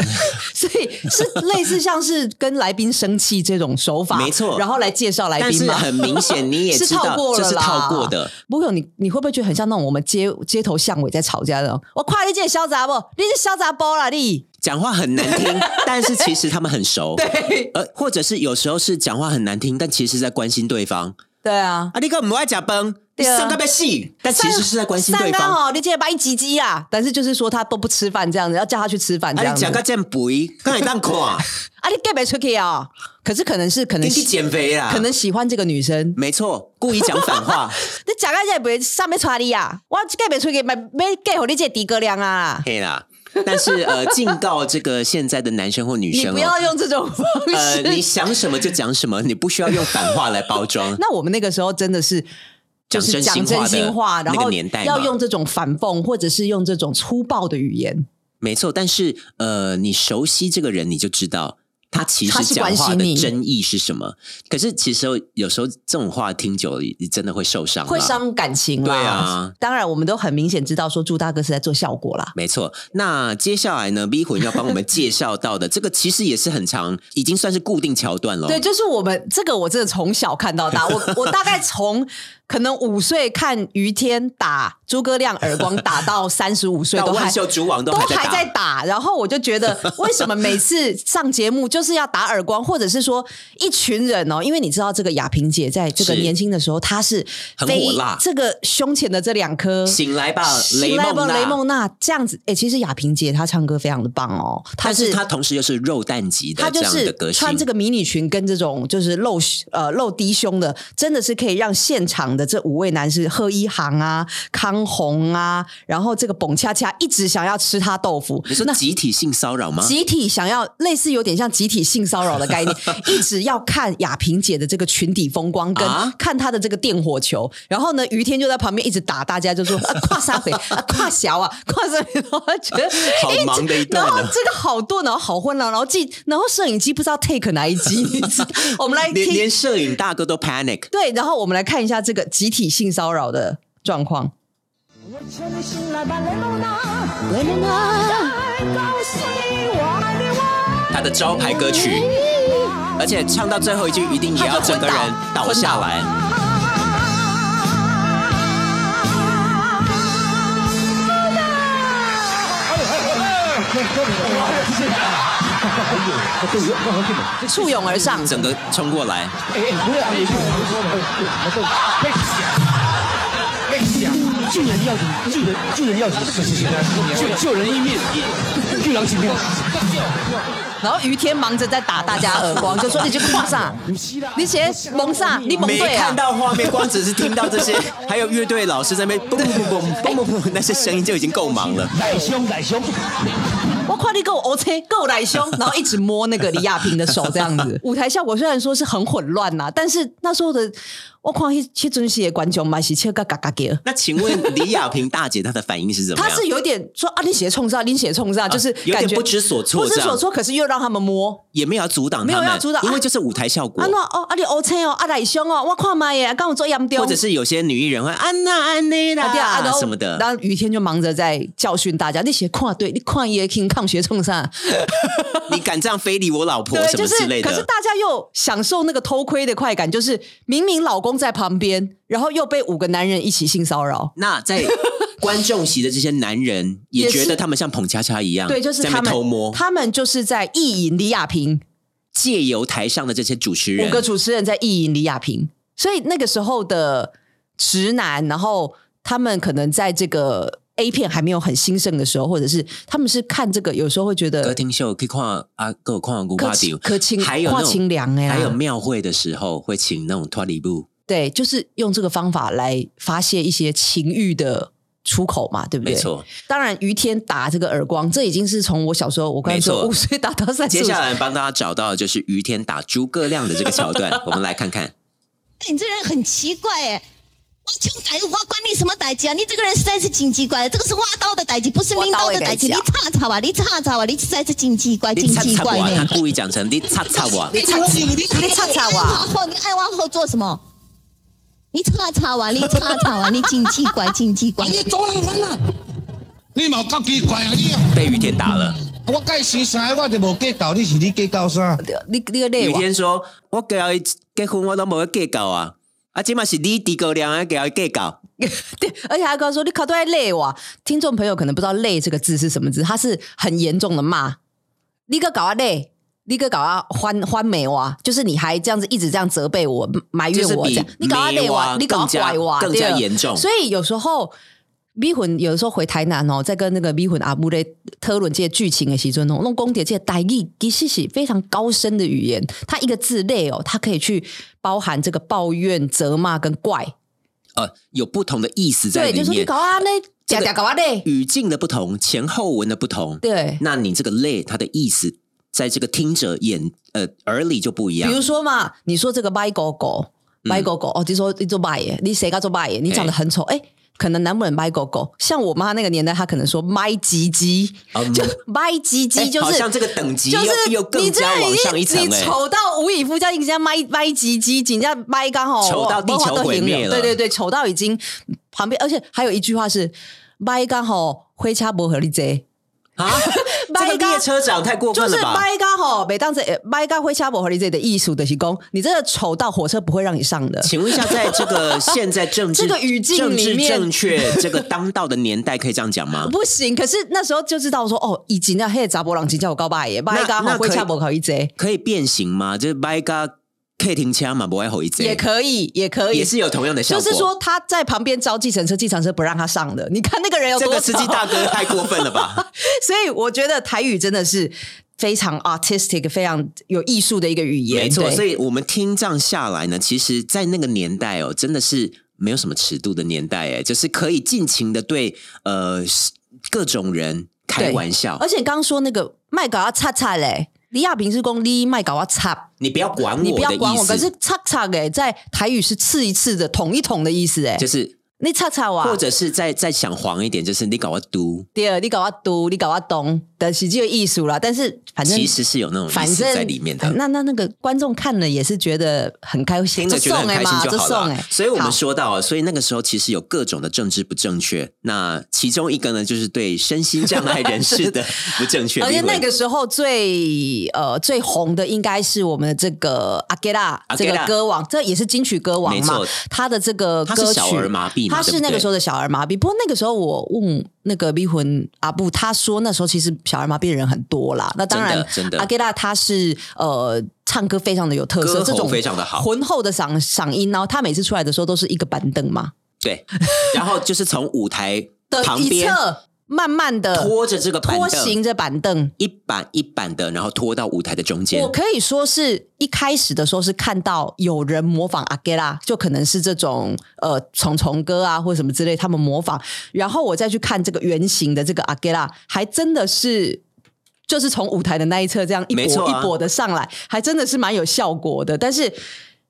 C: 所以是类似像是跟来宾生气这种手法，
A: 没错
C: 然后来介绍来
A: 但
C: 宾
A: 是
C: 嘛。
A: 很明显，你也
C: 是
A: 知
C: 套
A: 道
C: 过了
A: 这
C: 啦，
A: 是套过的。。
C: 不过你你会不会觉得很像那种我们街街头巷尾在吵架的那种？我夸你这小杂不，你是小杂包啦你。
A: 讲话很难 听，但是其实他们很熟。对，呃，或者是有时候是讲话很难听，但其实在关心对方。
C: 对啊，
A: 啊，你个母爱假崩，你
C: 对啊
A: 上个被戏，但其实是在关心对
C: 上
A: 方。
C: 纲哦，你这白唧唧啊！但是就是说他都不吃饭这样子，要叫他去吃饭这
A: 啊，
C: 样
A: 你
C: 子。
A: 讲个这肥，刚才当 垮，
C: 啊，你 get 没出去啊？可是可能是可能
A: 你去减肥啦
C: 可能喜欢这个女生。
A: 没错，故意讲反话。
C: 你讲个这不上面穿你啊，我 get 没出去，没没 get 好你这迪哥亮啊！
A: 嘿啦，但是呃，警告这个现在的男生或女
C: 你
A: 生、哦，
C: 不要用这种方式。
A: 呃，你想什么就讲什么，你不需要用反话来包 装。
C: 那我们那个时候真的是。
A: 讲
C: 就是
A: 真
C: 讲
A: 心
C: 真
A: 话的
C: 心话，
A: 那
C: 然
A: 个
C: 后
A: 年代嘛
C: 要用这种反讽，或者是用这种粗暴的语言，
A: 没错，但是呃，你熟悉这个人，你就知道他其
C: 他
A: 实
C: 是
A: 讲
C: 关
A: 话
C: 心
A: 的
C: 你
A: 真意是什么。可是其实有时候这种话听久了，你真的会受伤，
C: 会。伤感情啦。
A: 对啊
C: 当然我们都很明显知道说朱大哥是在做效果啦。
A: 没错，那接下来呢，V 魂要帮我们介绍到的，这个其实也是很长，已经算是固定桥段了。哦
C: 对，就是我们这个，我真的从小看到 大。我我大概从可能五岁看于天打诸葛亮耳光，打到三十五岁
A: 到
C: 都还
A: 万秀竹网都
C: 都
A: 还在
C: 还
A: 打
C: 在打。然后我就 觉得，为什么每次上节目就是要打耳光，或者是说一群人哦？因为你知道，这个雅萍姐在这个
A: 是
C: 年轻的时候，她是
A: 很
C: 非
A: 火辣
C: 这个胸前的这两颗。
A: 醒来吧，雷
C: 醒来
A: 梦
C: 吧，
A: 娜。
C: 雷梦娜这样子，哎、其实雅萍姐她唱歌非常的棒哦，她
A: 但是她同时又是肉蛋级的
C: 她
A: 这
C: 就
A: 样的
C: 是
A: 歌星
C: 穿，这个迷你裙跟这种就是露呃露低胸的，真的是可以让现场的这五位男士贺一航啊、康宏啊，然后这个蹦恰恰一直想要吃他豆腐，
A: 你说集体性骚扰吗？
C: 集体想要类似有点像集体性骚扰 的概念，一直要看雅萍姐的这个裙底风光，跟
A: 啊
C: 看她的这个电火球。然后呢，于天就在旁边一直打大家，就说 啊跨沙回啊跨小啊跨什么，然后他觉得
A: 好
C: 直
A: 忙的一段啊
C: 然后这个好多，然后好混乱，然后记，然后摄影机不知道 take 哪一集， 你知道我们来
A: 连
C: 听
A: 连摄影大哥都 panic。
C: 对，然后我们来看一下这个集体性骚扰的状况。
B: 我求你醒来吧，雷梦娜，雷梦娜，再告诉我的我。
A: 他的招牌歌曲，而且唱到最后一句一定也要整个 人倒下来。
C: 簇拥而上，
A: 整个冲过来，
E: 救人要紧，救人救人要紧，救救人一命，救人一命。
C: 然后于天忙着在打大家耳光，就说你去跨啥，你写蒙啥，你蒙
A: 没
C: 对啊
A: 看。到画面，光只是听到这些， 还有乐队老师在那边嘣嘣嘣嘣嘣嘣嘣，那些声音就已经够忙 了。
E: 奶凶奶凶，
C: 我快递够 OK，够来凶，然后一 直摸那个李亚平的手，这样子。舞台效果虽然说是很混乱呐、但是那时候的我看迄迄阵时的观众嘛是笑个嘎嘎叫。
A: 那请问李亚萍大姐她的反应是怎么
C: 他
A: 样？啊
C: 是有点说啊，你写冲上，你写冲上，就是
A: 有
C: 感
A: 点
C: 觉
A: 不知所措
C: 不知
A: 这样
C: 所措，可是又让他们摸。
A: 也没有要阻挡他们，
C: 没有要阻挡
A: 因为就是舞台效果
C: 啊。那哦，啊你乌青哦，啊来凶哦，我看麦耶，刚我做严重。
A: 或者是有些女艺人会安娜安妮
C: 啊对啊，啊
A: 啦
C: 然后
A: 什么的，
C: 然后雨天就忙着在教训大家，你写跨对，你跨也听抗学冲上，
A: 你敢这样非礼我老婆
C: 啊对，
A: 什
C: 就
A: 么
C: 是
A: 之类的？
C: 可是大家又享受那个偷窥的快感，就是明明老公在旁边，然后又被五个男人一起性骚扰。
A: 那在观众席的这些男人也
C: 也是
A: 觉得他们像捧恰恰一样，
C: 对，就是
A: 啊在
C: 他
A: 那边
C: 们
A: 偷摸，
C: 他们就是在意淫李亚平，
A: 借由台上的这些主持人
C: 五个主持人在意淫李亚平，所以那个时候的直男，然后他们可能在这个 A 片还没有很兴盛的时候，或者是他们是看这个，有时候会觉
A: 呃歌
C: 得
A: 厅秀可以看啊，各有看古巴迪，
C: 可清
A: 还有那
C: 跨
A: 种
C: 清凉哎、
A: 还有庙会的时候会请那种拖里布，
C: 对，就是用这个方法来发泄一些情欲的出口嘛，对不对？
A: 没错。
C: 当然，于天打这个耳光，这已经是从我小时候，我刚才
A: 没
C: 说
A: 错
C: 五岁打到三十。
A: 接下来帮大家找到的就是于天打诸葛亮的这个桥段， 我们来看看。
C: 哎
H: 你这人很奇怪哎、我就逮我管你什么代志啊！你这个人实在是真奇怪，这个是挖刀的代志，不是拎刀的代志。你
A: 我刀的
H: 叉叉吧，你叉叉吧，你实在是真奇怪，真
A: 你擦
H: 奇
A: 擦
H: 怪
A: 我，他
H: 呢。
A: 故意讲 成你擦擦我，
H: 你叉你叉叉我，哎你爱往后做什么？你叉叉我，你叉叉我，你真奇怪，真奇怪。你走人了。
N: 你嘛有够奇怪啊！你
A: 被雨天打了。
N: 我该生啥，我就无计较，你是你计较啥？
C: 你你个累
A: 雨
C: 我。
A: 天说：“我给他结婚，我都没计较啊，啊，起码是你诸葛亮啊，给他计较。
C: 而且还跟我说你考都在累哇！听众朋友可能不知道“累”这个字是什么字，它是很严重的骂，你个搞啊累，你个搞啊欢欢美哇，就是你还这样子一直这样责备我、埋怨我
A: 就是比
C: 这样，你搞啊累哇，
A: 美
C: 你
A: 哇
C: 搞啊怪哇，
A: 更加
C: 对
A: 更加严重
C: 所以有时候。米魂有的时候回台南哦，在跟那个米魂阿布咧讨论这些剧情的时阵哦，弄公爹这些台语其实是非常高深的语言，它一个字类哦，它可以去包含这个抱怨、责骂跟怪，”
A: 呃，有不同的意思在
C: 对，
A: 里
C: 就说你
A: 面
C: 搞。啊那
A: 这
C: 假
A: 个
C: 假搞啊累。
A: 语境的不同，前后文的不同，
C: 对
A: 那你这个累，它的意思在这个听者眼呃耳里就不一样。
C: 比如说嘛，你说这个歪狗狗，
A: 嗯
C: 歪狗狗，哦，你说你做歪耶，你谁敢做歪耶？你长得很丑，哎、可能南部人歪狗狗，像我妈那个年代，她可能说歪鸡鸡，
A: 嗯
C: 就歪鸡鸡，
A: 哎
C: 就是、
A: 好像这个等级
C: 就
A: 又
C: 是
A: 又更
C: 你这
A: 加
C: 个
A: 往
C: 已
A: 上
C: 经
A: 一层
C: 你
A: 哎
C: 丑到无以复加，你人家歪歪鸡鸡，人家歪刚好
A: 丑到地球毁灭了
C: 对对对，丑到已经旁边，而且还有一句话是歪刚好灰差不合理贼。
A: 啊， 这个列车长太过分
C: 就
A: 了
C: 是
A: 吧？
C: 掰嘎吼，每当这掰嘎会掐我和你这的艺术的是功，你这个丑到火车不会让你上的。
A: 请问一下，在这个现在政治
C: 这个语境
A: 政
C: 里
A: 治
C: 面
A: 正确这个当道的年代，可以这样讲吗？
C: 不行，可是那时候就知道说，哦，以前那黑杂波浪琴叫我告白耶，掰嘎
A: 那
C: 吼
A: 可以
C: 会掐我和一这
A: 可以变形吗？就是掰嘎 K 停车嘛，不爱吼一贼，
C: 也可以，也可以，
A: 也是有同样的效果
C: 就是说他在旁边招计程车，计程车不让他上的，你看那个人有
A: 这
C: 多
A: 个司机
C: 丑
A: 大哥太过分了吧？
C: 所以我觉得台语真的是非常 artistic、非常有艺术的一个语言。
A: 没错，
C: 对
A: 所以我们听这样下来呢，其实，在那个年代哦，真的是没有什么尺度的年代，哎，就是可以尽情的对呃各种人开玩笑
C: 而，且你刚刚说那个麦搞要擦擦嘞，李亚平是公你麦搞要擦。
A: 你不要管
C: 你不
A: 我
C: 要
A: 的
C: 管
A: 意
C: 我，
A: 思，
C: 可是擦擦哎，在台语是刺一刺的、捅一捅的意思哎，
A: 就是
C: 你擦擦哇，
A: 或者是再再想黄一点，就是你搞我毒，
C: 啊第二你搞我读，你搞我懂的喜剧艺术啦。但是反正
A: 其实是有那种
C: 反
A: 意思
C: 正
A: 在里面的。
C: 那那那个观众看了也是觉得很开心，
A: 听着觉
C: 这
A: 得很
C: 送欸
A: 开心
C: 嘛
A: 就
C: 这
A: 好
C: 送
A: 了
C: 哎。。
A: 所以我们
C: 好
A: 说到，哦所以那个时候其实有各种的政治不正确。那其中一个呢，就是对身心障碍人士的不正确。
C: 而且那
A: 例
C: 个
A: 如
C: 时候最呃最红的应该是我们的这个阿盖拉
A: Akira
C: 这个歌王，这也是金曲歌王
A: 没
C: 嘛
A: 错。
C: 他的这个
A: 他是
C: 歌曲
A: 小儿麻痹嘛
C: 他
A: 对
C: 是
A: 不
C: 那个
A: 对
C: 时候的小儿麻痹。不过那个时候我问那个逼魂阿布，他说那时候其实小儿麻痹的人很多啦。那当然，
A: 真的真的
C: 阿盖拉他是呃唱歌非常的有特
A: 歌
C: 色，
A: 喉
C: 这种
A: 非常的好
C: 浑厚的嗓嗓音，然后他每次出来的时候都是一个板凳嘛
A: 对，然后就是从舞台
C: 的
A: 旁
C: 一
A: 边
C: 侧，慢慢的
A: 拖着这个板凳
C: 拖行着板凳。
A: 一板一板的，然后拖到舞台的中间
C: 我。可以说是一开始的时候是看到有人模仿阿盖拉，就可能是这种呃虫虫哥啊或者什么之类，他们模仿，然后我再去看这个原型的这个阿盖拉，还真的是。就是从舞台的那一侧这样一
A: 没错
C: 波
A: 啊
C: 一波的上来，还真的是蛮有效果的。但是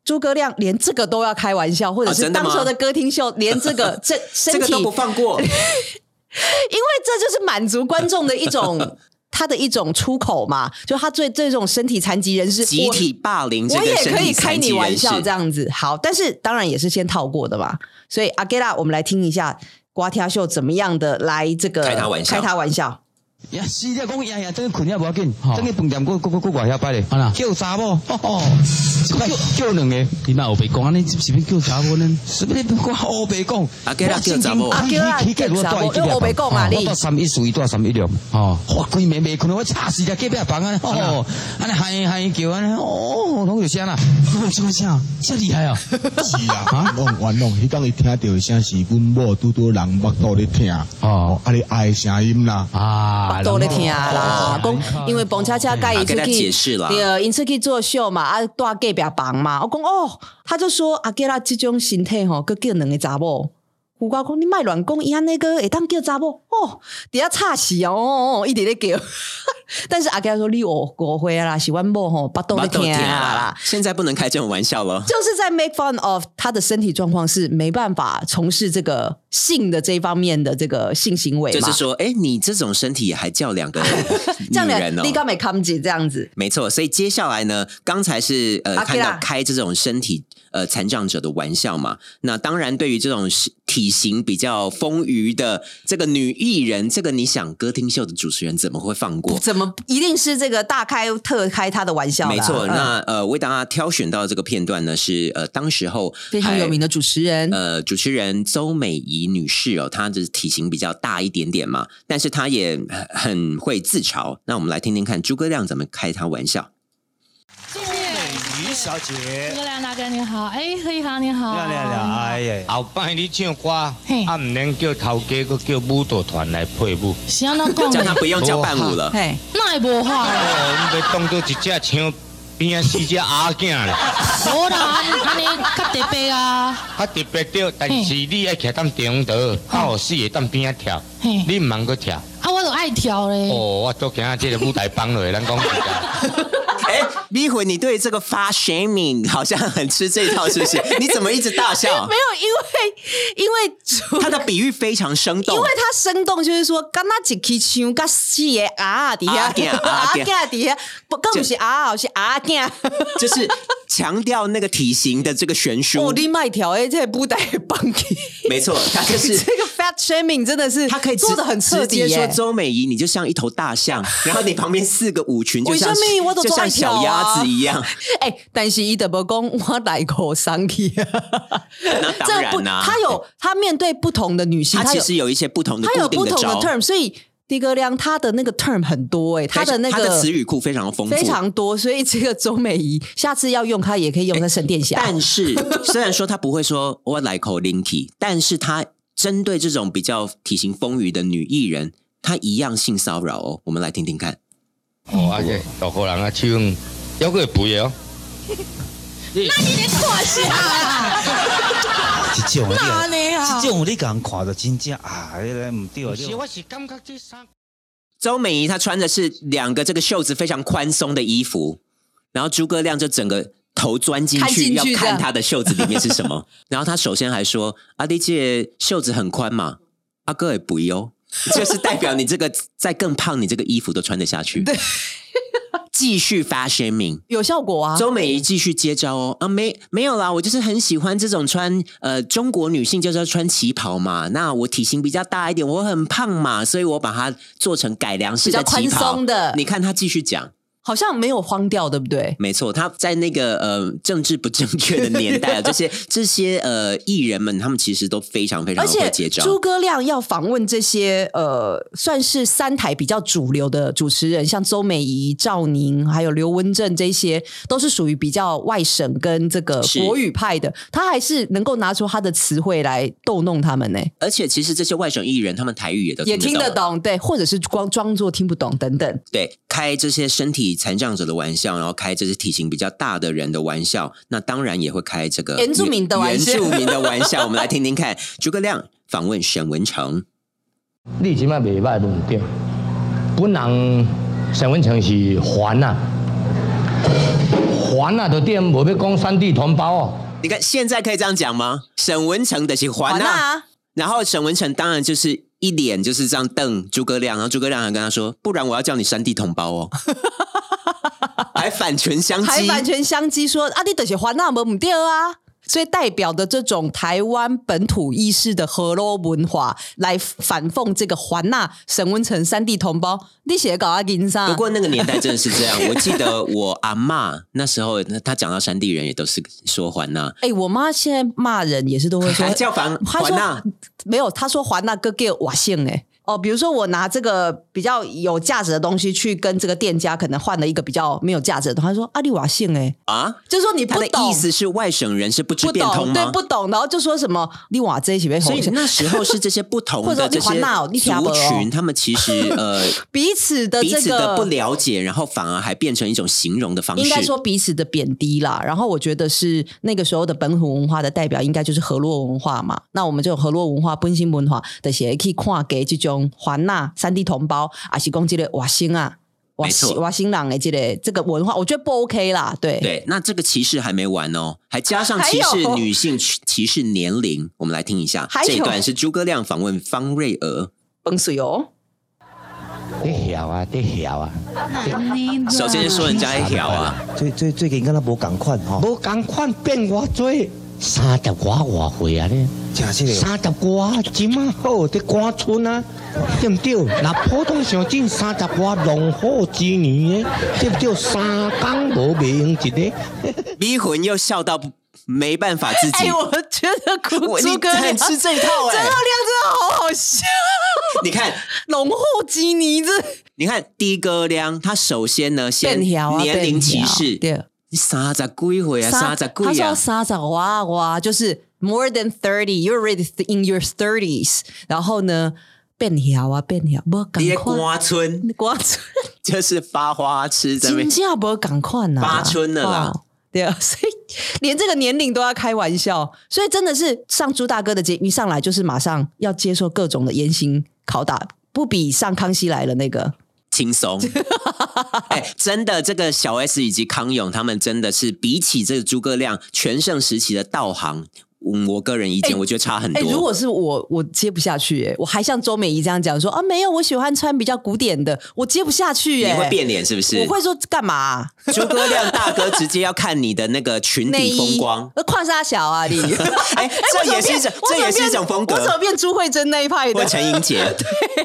C: 诸葛亮连这个都要开玩笑，或者
A: 啊
C: 是
A: 真的
C: 当
A: 吗
C: 时候的歌厅秀连这 个这身
A: 这
C: 体
A: 个都不放 过。
C: 因为这就是满足观众的一 种他的一种出口嘛，就他对这种身体残疾人士
A: 集体霸凌这
C: 我
A: 个
C: 也
A: 身
C: 可以
A: 体
C: 开
A: 残疾
C: 你玩
A: 人士
C: 笑这样子。好，但是当然也是先套过的嘛。所以阿盖拉，我们来听一下瓜天秀怎么样的来这个
A: 开他玩笑
C: 开他玩笑。
O: 呀，死啊！讲呀呀，等去困也无要紧，等去饭店过过过外遐摆咧，叫查某，哦哦，叫叫两个，你嘛有白
G: 啊
O: 讲，安尼是不是叫查某呢？是不是我黑白讲？
A: 啊叫啦叫查某啊
C: 叫啦叫查某因为黑白讲啊你
O: 我到三一四，伊到三一六，哦，我规暝未困，我吵死只隔壁房啊，哦，安尼喊伊喊伊叫安尼，哦，拢有声
I: 啊
O: 啦，拢有声啥？遮厉害啊！
P: 是 啊，冤枉冤枉，迄天伊听到的声是阮某拄拄人腹肚咧疼，哦，啊你哀的声音啦，
O: 啊
C: 哦都咧听啦，讲因为蹦恰恰盖伊出
A: 啊跟他
C: 去，
A: 解释啦
C: 对，因出去做秀嘛，啊，带隔壁房嘛，我讲哦，他就说阿吉拉这种身体吼，佮叫两个查某。胡瓜讲你卖乱讲，伊安尼个会当叫查某哦，底下吵死哦哦，哦一直咧叫。 但是阿吉拉说你误误会啊啦，是阮某吼，巴肚咧
A: 巴肚
C: 听
A: 疼啊
C: 啦
A: 啦。，现在不能开这种玩笑了。
C: 就是在 make fun of 他的身体状况是没办法从事这个性的这一方面的这个性行为嘛，
A: 就是说，哎，你这种身体还叫两个
C: 这样
A: 女人
C: 你
A: 哦？
C: 刚没看见这样子，
A: 没错，所以接下来呢，刚才是呃
C: 阿基
A: 看
C: 拉
A: 到开这种身体呃残障者的玩笑嘛，那当然对于这种是体型比较丰腴的这个女艺人，这个你想歌厅秀的主持人怎么会放过？
C: 怎么一定是这个大开特开他的玩笑啦？
A: 没错，
C: 嗯
A: 那呃，为大家挑选到的这个片段呢，是呃，当时候
C: 非常有名
A: 的
C: 的主持人，
A: 呃，主持人邹美仪女士哦，她的体型比较大一点点嘛，但是她也很很会自嘲。那我们来听听看诸葛亮怎么开她玩笑。
Q: 于小姐
R: 诸葛亮大哥你好，哎，何一航你好，
Q: 亮亮亮，哎呀，后摆你唱歌，啊
R: 嘿
Q: 唔能叫头家，佮叫舞蹈团来配舞。
R: 是安怎讲的叫他不用
A: 叫伴舞了
R: 嘿， 那也无话
Q: 哦，
R: 啦，
Q: 你袂当做一只像边啊四只鸭仔 咧，
R: 无啦，安尼较特别啊，
Q: 较特别着。但是你爱徛当中道，啊有四个当边啊跳，
R: 嘿
Q: 你毋通佮跳。
R: 啊，我都爱跳嘞，
Q: 哦，我昨天啊，这个舞台放落，咱讲啊一下。
A: 哎，迷魂，你对这个发 shaming 好像很吃这一套，是不 是？你怎么一直大笑
C: 没？有，因为因为主
A: 他的比喻非常生 动，
C: 因为他生动，就是说，刚那几起唱个四个啊底下
A: 啊囝啊
C: 啊
A: 囝
C: 囝底下，不，更不是啊，是啊囝。
A: 就是强调那个体型的这个悬殊。
C: 哦，你卖条哎，这不带帮给，
A: 没错，他就是
C: 这个 fat shaming 真的是他可以做的很彻
A: 直
C: 底
A: 接说
C: 耶。
A: 周美仪，你就像一头大 象，然后你旁边四个舞群就
C: 为什
A: 像
C: 么我都
A: 就
C: 做
A: 像
C: 爱跳
A: 小鸭
C: 啊
A: 子一样。
C: 哎、但是伊德伯讲我来过 生气啊，
A: 那当
C: 不，
A: 然啦、
C: 他有他面对不同的女性，
A: 他
C: 他
A: 其
C: 有
A: 实有一些不同的
C: 他有
A: 固定
C: 不
A: 的
C: 同的
A: 招，
C: term，所以狄格亮他的那个 term 很多哎、他的那个
A: 他的词语库非常丰富，
C: 非常多，所以这个周美仪下次要用它也可以用在沈殿霞。
A: 哎但是虽然说他不会说我来口 linky，但是他针对这种比较体型丰腴的女艺人，他一样性骚扰哦。我们来听听看。
Q: 哦，啊这大个人啊，手还佫会 肥的哦。
R: 那你得看啥啦？
S: 这种的
R: 哪呢啊
S: 这种你共人看着真正啊，迄个毋对啊
Q: 不是，我是感觉这三。
A: 周美仪她穿的是两个这个袖子非常宽松的衣服，然后诸葛亮就整个头钻进
D: 看进
A: 去
D: 去
A: 要
D: 这样
A: 看她的袖子里面是什么。 然后他首先还说：“阿弟姐袖子很宽嘛，阿哥也不哟。”就是代表你这个再更胖，你这个衣服都穿得下去。对，继续发 shaming。
C: 有效果啊！
A: 周美仪继续接招哦啊，没没有啦，我就是很喜欢这种穿呃中国女性就是要穿旗袍嘛。那我体型比较大一点，我很胖嘛，所以我把它做成改良式的
C: 比较宽
A: 旗袍
C: 松的
A: 你看她继续讲，
C: 好像没有荒掉，对不对？
A: 没错，她在那个呃政治不正确的年 代啊，这些这些呃艺人们，他们其实都非常非常
C: 而
A: 地会
C: 且
A: 接招。
C: 诸葛亮要访问这些呃，算是三台比较主流的主持人，像周美仪、赵宁，还有刘文正这些，都是属于比较外省跟这个
A: 是
C: 国语派的，他还是能够拿出他的词汇来逗弄他们呢、
A: 而且其实这些外省艺人，他们台语也都
C: 也听
A: 得啊
C: 得
A: 懂。
C: 懂，对，或者是光装作听不懂等等。
A: 对，开这些身体残障者的玩笑，然后开这些体型比较大的人的玩笑，那当然也会开这个
C: 原住民的玩笑
A: 原住民的玩笑，我们来听听看，诸葛亮访问沈文成。
T: 你即摆袂歹无毋对，本人沈文成是环啊，
K: 还啊，就店无要讲三地同胞哦。
A: 你看现在可以这样讲吗？沈文成的是还
C: 还啊
A: 啊，然后沈文成当然就是一脸就是这样瞪诸葛亮，然后诸葛亮还跟他说，不然我要叫你三地同胞 哦，还反唇相
C: 还
A: 讥，
C: 完全相机说啊，你就是还那无唔对啊。所以代表的这种台湾本土意识的河洛文化，来反讽这个环纳沈文成三地同胞，你写搞阿金上。
A: 不过那个年代真的是这样，我记得我阿嬷那时候，她讲到山地人也都是说还啊呐、
C: 哎、我妈现在骂人也是都会 说，
A: 还叫啊凡
C: 她说
A: 还呐
C: 没有，她说还那个给瓦性哎。哦，比如说我拿这个比较有价值的东西去跟这个店家可能换了一个比较没有价值的东西，她说阿里瓦性哎，
A: 啊，
C: 就是说你不
A: 她的
C: 懂
A: 意思是外省人是不知
C: 不
A: 变通
C: 懂对
A: 吗？
C: 不懂，然后就说什么你瓦这一起被
A: 所以那时候是这些不同
C: 或者
A: 的这
C: 说你
A: 些
C: 还那哦你听不
A: 族
C: 哦
A: 群，他们其实 呃
C: 彼此的
A: 彼
C: 这
A: 此
C: 个
A: 的不了解，然后反而还变成一种形容的方式。
C: 应该说彼此的贬低啦。然后我觉得是那个时候的本土文化的代表，应该就是河洛文化嘛。那我们这种河洛文化、本身文化的些，可以看给这种华纳三地同胞，还是讲这个瓦星啊、瓦
A: 没错
C: 西瓦新郎的这个这个文化，我觉得不 OK 啦。对，
A: 对，那这个歧视还没完哦，还加上歧
C: 还
A: 视
C: 有
A: 女性、歧视年龄。我们来听一下
C: 还，有
A: 这一段是诸葛亮访问方瑞娥。
C: 崩水哦，
O: 你晓啊，你晓啊。
C: 嗯
A: 首先说人家小啊，
S: 最最最近敢若无共款吼，
O: 无共款变偌济，三十外外岁啊咧，
S: 真实嘞
O: 三十外，即马好伫赶春啊，对毋对？若普通上进三十外农户之年诶，对毋对？三工无袂用一个。
A: 迷魂又笑到不没办法自己。
C: 哎，我觉得古
A: 我
C: 猪
A: 你
C: 哥
A: 很吃这一套哎
C: 真的亮真的好好笑。
A: 你看，
C: 龙后基尼这
A: 你看，低哥亮他首先呢，先
C: 变调啊
A: 年龄歧视，
C: 变调
A: 你三十几岁啊，三十
C: 他
A: 几
C: 说
A: 啊，
C: 三十哇哇，就是 more than thirty, you're already in your thirties。然后呢，变调啊变调，不赶
A: 你在
C: 快
A: 瓜，村
C: 瓜村
A: 就是发花痴在那
C: 真
A: 边。
C: 正不赶快呐，
A: 八春了啦
C: 哦。对啊， 所以连这个年龄都要开玩笑，所以真的是上朱大哥的节一上来就是马上要接受各种的严刑拷打，不比上康熙来了那个
A: 轻 松，哎、真的，这个小 S 以及康永他们真的是比起这个诸葛亮全盛时期的道行，嗯，我个人意见，我觉得差很
C: 哎、
A: 多。
C: 如果是我，我接不下去、哎，我还像周美仪这样讲说啊，没有，我喜欢穿比较古典的，我接不下去、哎，
A: 你会变脸是不是
C: 我会说干嘛、 啊
A: 诸葛亮大哥直接要看你的那个裙
C: 内
A: 底风
C: 衣
A: 光，，
C: 呃矿沙小啊， 你，哎、
A: 这也是一种
C: 我
A: 这
C: 怎么变
A: 也是一种风格
C: 我怎么变朱慧珍那一派的？
A: 或陈英杰。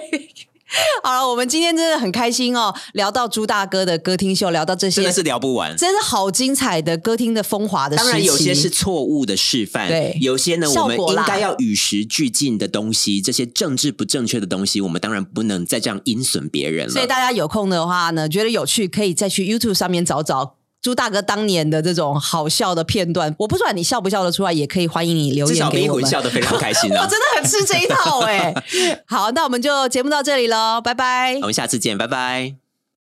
C: 好了，我们今天真的很开心哦，聊到朱大哥的歌厅秀，聊到这些，
A: 真的是聊不完。
C: 真是好精彩的歌厅的风华的时期。
A: 当然，有些是错误的示范，
C: 对
A: 有些呢，
C: 效
A: 我
C: 果
A: 们
C: 啦
A: 应该要与时俱进的东西，这些政治不正确的东西，我们当然不能再这样阴损别人了。
C: 所以大家有空的话呢，觉得有趣，可以再去 YouTube 上面找找。朱大哥当年的这种好笑的片段，我不知道你笑不笑得出来，也可以欢迎你留
A: 至
C: 言
A: 少
C: 给
A: 比
C: 我
A: 混
C: 们。
A: 笑得非常开心
C: 我
A: 啊！
C: 真的很 吃这一套哎、好，那我们就节目到这里喽，拜拜
A: 我。们下次见，拜拜。